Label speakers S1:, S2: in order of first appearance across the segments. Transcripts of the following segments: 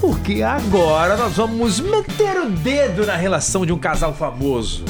S1: porque agora nós vamos meter o dedo na relação de um casal famoso.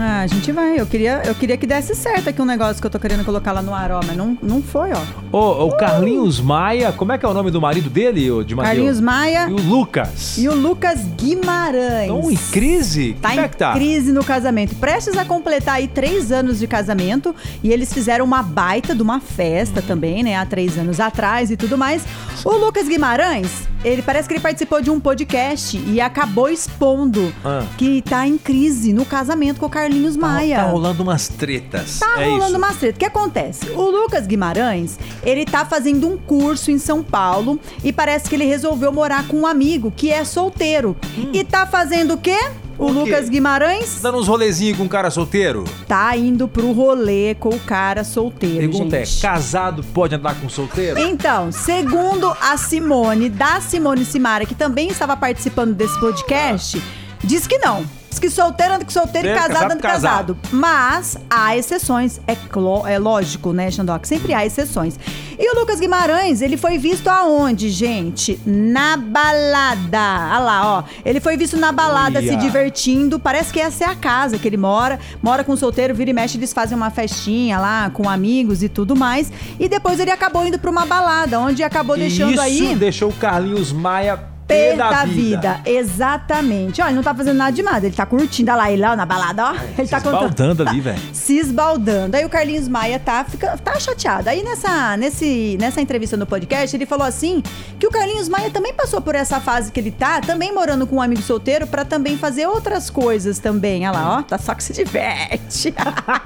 S2: Ah, a gente vai. Eu queria, eu queria que desse certo aqui um negócio que eu tô querendo colocar lá no ar, ó, mas não, não foi, ó.
S1: Ô, o Carlinhos Maia, como é que é o nome do marido dele, ô, de Mateu?
S2: Carlinhos Maia
S1: E o Lucas.
S2: e o Lucas Guimarães.
S1: Estão em crise?
S2: Tá
S1: como é
S2: em
S1: que tá?
S2: crise no casamento. Prestes a completar aí três anos de casamento. E eles fizeram uma baita de uma festa
S1: Uhum.
S2: também, né? Há três anos atrás e tudo mais. O Lucas Guimarães, ele parece que ele participou de um podcast e acabou expondo
S1: Ah.
S2: que tá em crise no casamento com o Carlinhos Maia.
S1: Tá, tá rolando umas tretas.
S2: Tá
S1: é
S2: rolando
S1: isso.
S2: umas tretas. O que acontece? O Lucas Guimarães, ele tá fazendo um curso em São Paulo e parece que ele resolveu morar com um amigo que é solteiro. E tá fazendo o quê? O,
S1: Hum. O quê?
S2: Lucas Guimarães
S1: Dando uns rolezinhos com um cara solteiro?
S2: tá indo pro rolê com o cara solteiro,
S1: Pergunta
S2: gente.
S1: é, casado pode andar com solteiro?
S2: Então, segundo a Simone, da Simone Simara, que também estava participando desse podcast, diz que não. Diz que solteiro anda com solteiro e
S1: Solteiro,
S2: casado anda com casado.
S1: casado,
S2: Mas há exceções, é, clo- é lógico, né, Xandoc? Sempre há exceções. E o Lucas Guimarães, ele foi visto aonde, gente? Na balada. Ah lá, ó. Ele foi visto na balada
S1: Olha.
S2: se divertindo. Parece que essa é a casa que ele mora. Mora com um solteiro, vira e mexe, eles fazem uma festinha lá com amigos e tudo mais. E depois ele acabou indo pra uma balada, onde acabou deixando
S1: e isso é
S2: aí.
S1: deixou o Carlinhos Maia pé
S2: Pé da vida. exatamente. Ó, ele não tá fazendo nada de nada, ele tá curtindo, olha lá, ele lá na balada, ó. ele tá
S1: Tá contando ali, velho.
S2: se esbaldando. Aí o Carlinhos Maia tá, fica, tá chateado. Aí nessa, nesse, nessa entrevista no podcast, ele falou assim que o Carlinhos Maia também passou por essa fase que ele tá, também morando com um amigo solteiro, pra também fazer outras coisas também. Olha lá, ó, tá só que se diverte.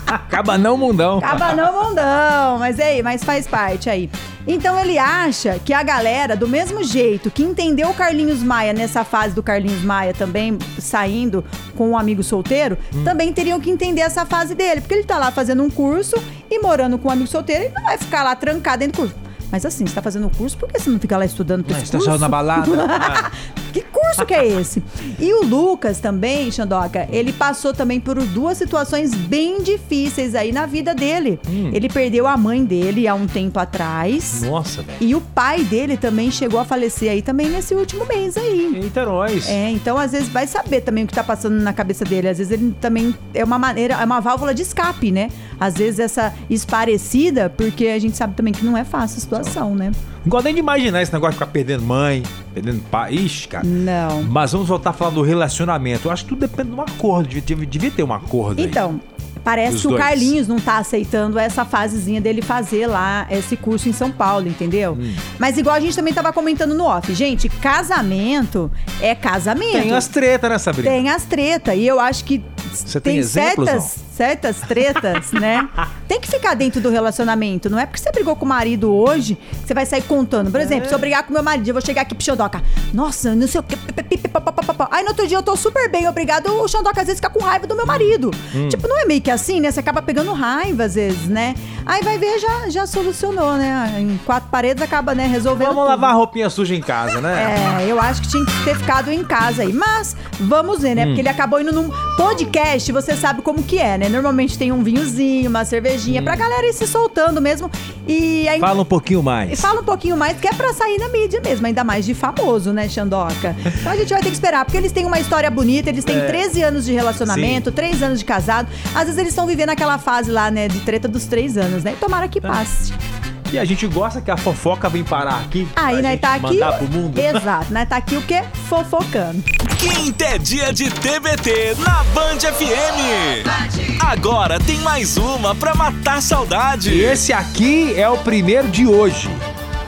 S1: Acaba não, mundão.
S2: Acaba não, bondão. Mas é aí, mas faz parte aí. Então ele acha que a galera, do mesmo jeito que entendeu o Carlinhos Maia nessa fase do Carlinhos Maia também saindo com um amigo solteiro,
S1: Hum.
S2: também teriam que entender essa fase dele. Porque ele tá lá fazendo um curso e morando com um amigo solteiro, ele não vai ficar lá trancado dentro do curso. Mas assim, você tá fazendo o curso, por que você não fica lá estudando pra
S1: Mas
S2: esse
S1: tá
S2: curso?
S1: saindo na balada. Ah,
S2: Que curso que é esse? E o Lucas também, Xandoca, ele passou também por duas situações bem difíceis aí na vida dele. Ele perdeu a mãe dele há um tempo atrás.
S1: Nossa, velho.
S2: E o pai dele também chegou a falecer aí também nesse último mês aí.
S1: Eita, nós.
S2: É, então às vezes vai saber também o que tá passando na cabeça dele. Às vezes ele também é uma maneira, é uma válvula de escape, né? Às vezes essa esparecida, porque a gente sabe também que não é fácil a situação, né?
S1: Não gosto nem de imaginar esse negócio de ficar perdendo mãe, perdendo pai. Ixi, cara.
S2: Não.
S1: Mas vamos voltar a falar do relacionamento. Eu acho que tudo depende de um acordo. Devia, devia- devia ter um acordo aí.
S2: Então, parece
S1: Dos
S2: que o
S1: dois.
S2: Carlinhos não tá aceitando essa fasezinha dele fazer lá esse curso em São Paulo, entendeu?
S1: Hum.
S2: Mas igual a gente também tava comentando no off, gente, casamento é casamento.
S1: Tem as tretas, né, Sabrina?
S2: Tem as tretas. E eu acho que
S1: Você tem exemplos,
S2: certas, certas tretas, né? Tem que ficar dentro do relacionamento. Não é porque você brigou com o marido hoje que você vai sair contando. Por
S1: É.
S2: exemplo, se eu brigar com meu marido, eu vou chegar aqui pro Xandoca. Nossa, não sei o que. Aí no outro dia eu tô super bem, obrigado. O Xandoca às vezes fica com raiva do meu marido.
S1: Hum.
S2: Tipo, não é meio que assim, né? Você acaba pegando raiva às vezes, né? Aí vai ver, já, já solucionou, né? Em quatro paredes acaba, né? Resolvendo.
S1: Então, Vamos
S2: tudo.
S1: lavar a roupinha suja em casa, né?
S2: É, eu acho que tinha que ter ficado em casa aí. Mas vamos
S1: Hum.
S2: ver, né? Porque ele acabou indo num podcast, você sabe como que é, né? Normalmente tem um vinhozinho, uma cervejinha, pra galera ir se soltando mesmo. E aí.
S1: Hum. Fala um pouquinho
S2: É. e
S1: mais.
S2: Fala um pouquinho mais, que é pra sair na mídia mesmo, ainda mais de famoso, né, Xandoca? Então a gente vai ter que esperar, porque eles têm uma história bonita, eles têm
S1: É.
S2: 13 anos de relacionamento, 3 anos de casado. Às vezes eles estão vivendo aquela fase lá, né, de treta dos 3 anos, né? Tomara
S1: É.
S2: que passe.
S1: E a gente gosta que a fofoca vem parar aqui.
S2: Aí,
S1: pra
S2: né,
S1: gente
S2: tá aqui.
S1: Mandar pro mundo.
S2: Exato, né? Tá aqui o quê? Fofocando.
S3: Quinta é dia de TBT na Band FM. Agora tem mais uma pra matar saudade.
S1: E esse aqui é o primeiro de hoje.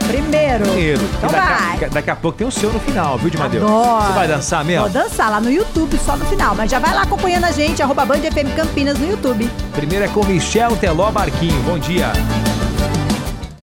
S2: Primeiro.
S1: Primeiro.
S2: Então
S1: E
S2: vai.
S1: daqui, a, daqui a pouco tem o seu no final, viu, Dimadeu?
S2: Adoro.
S1: Você vai dançar mesmo?
S2: Vou dançar lá no YouTube só no final, mas já vai lá acompanhando a gente, arroba Band FM Campinas no YouTube.
S1: Primeiro é com Michel Teló Barquinho. Bom dia.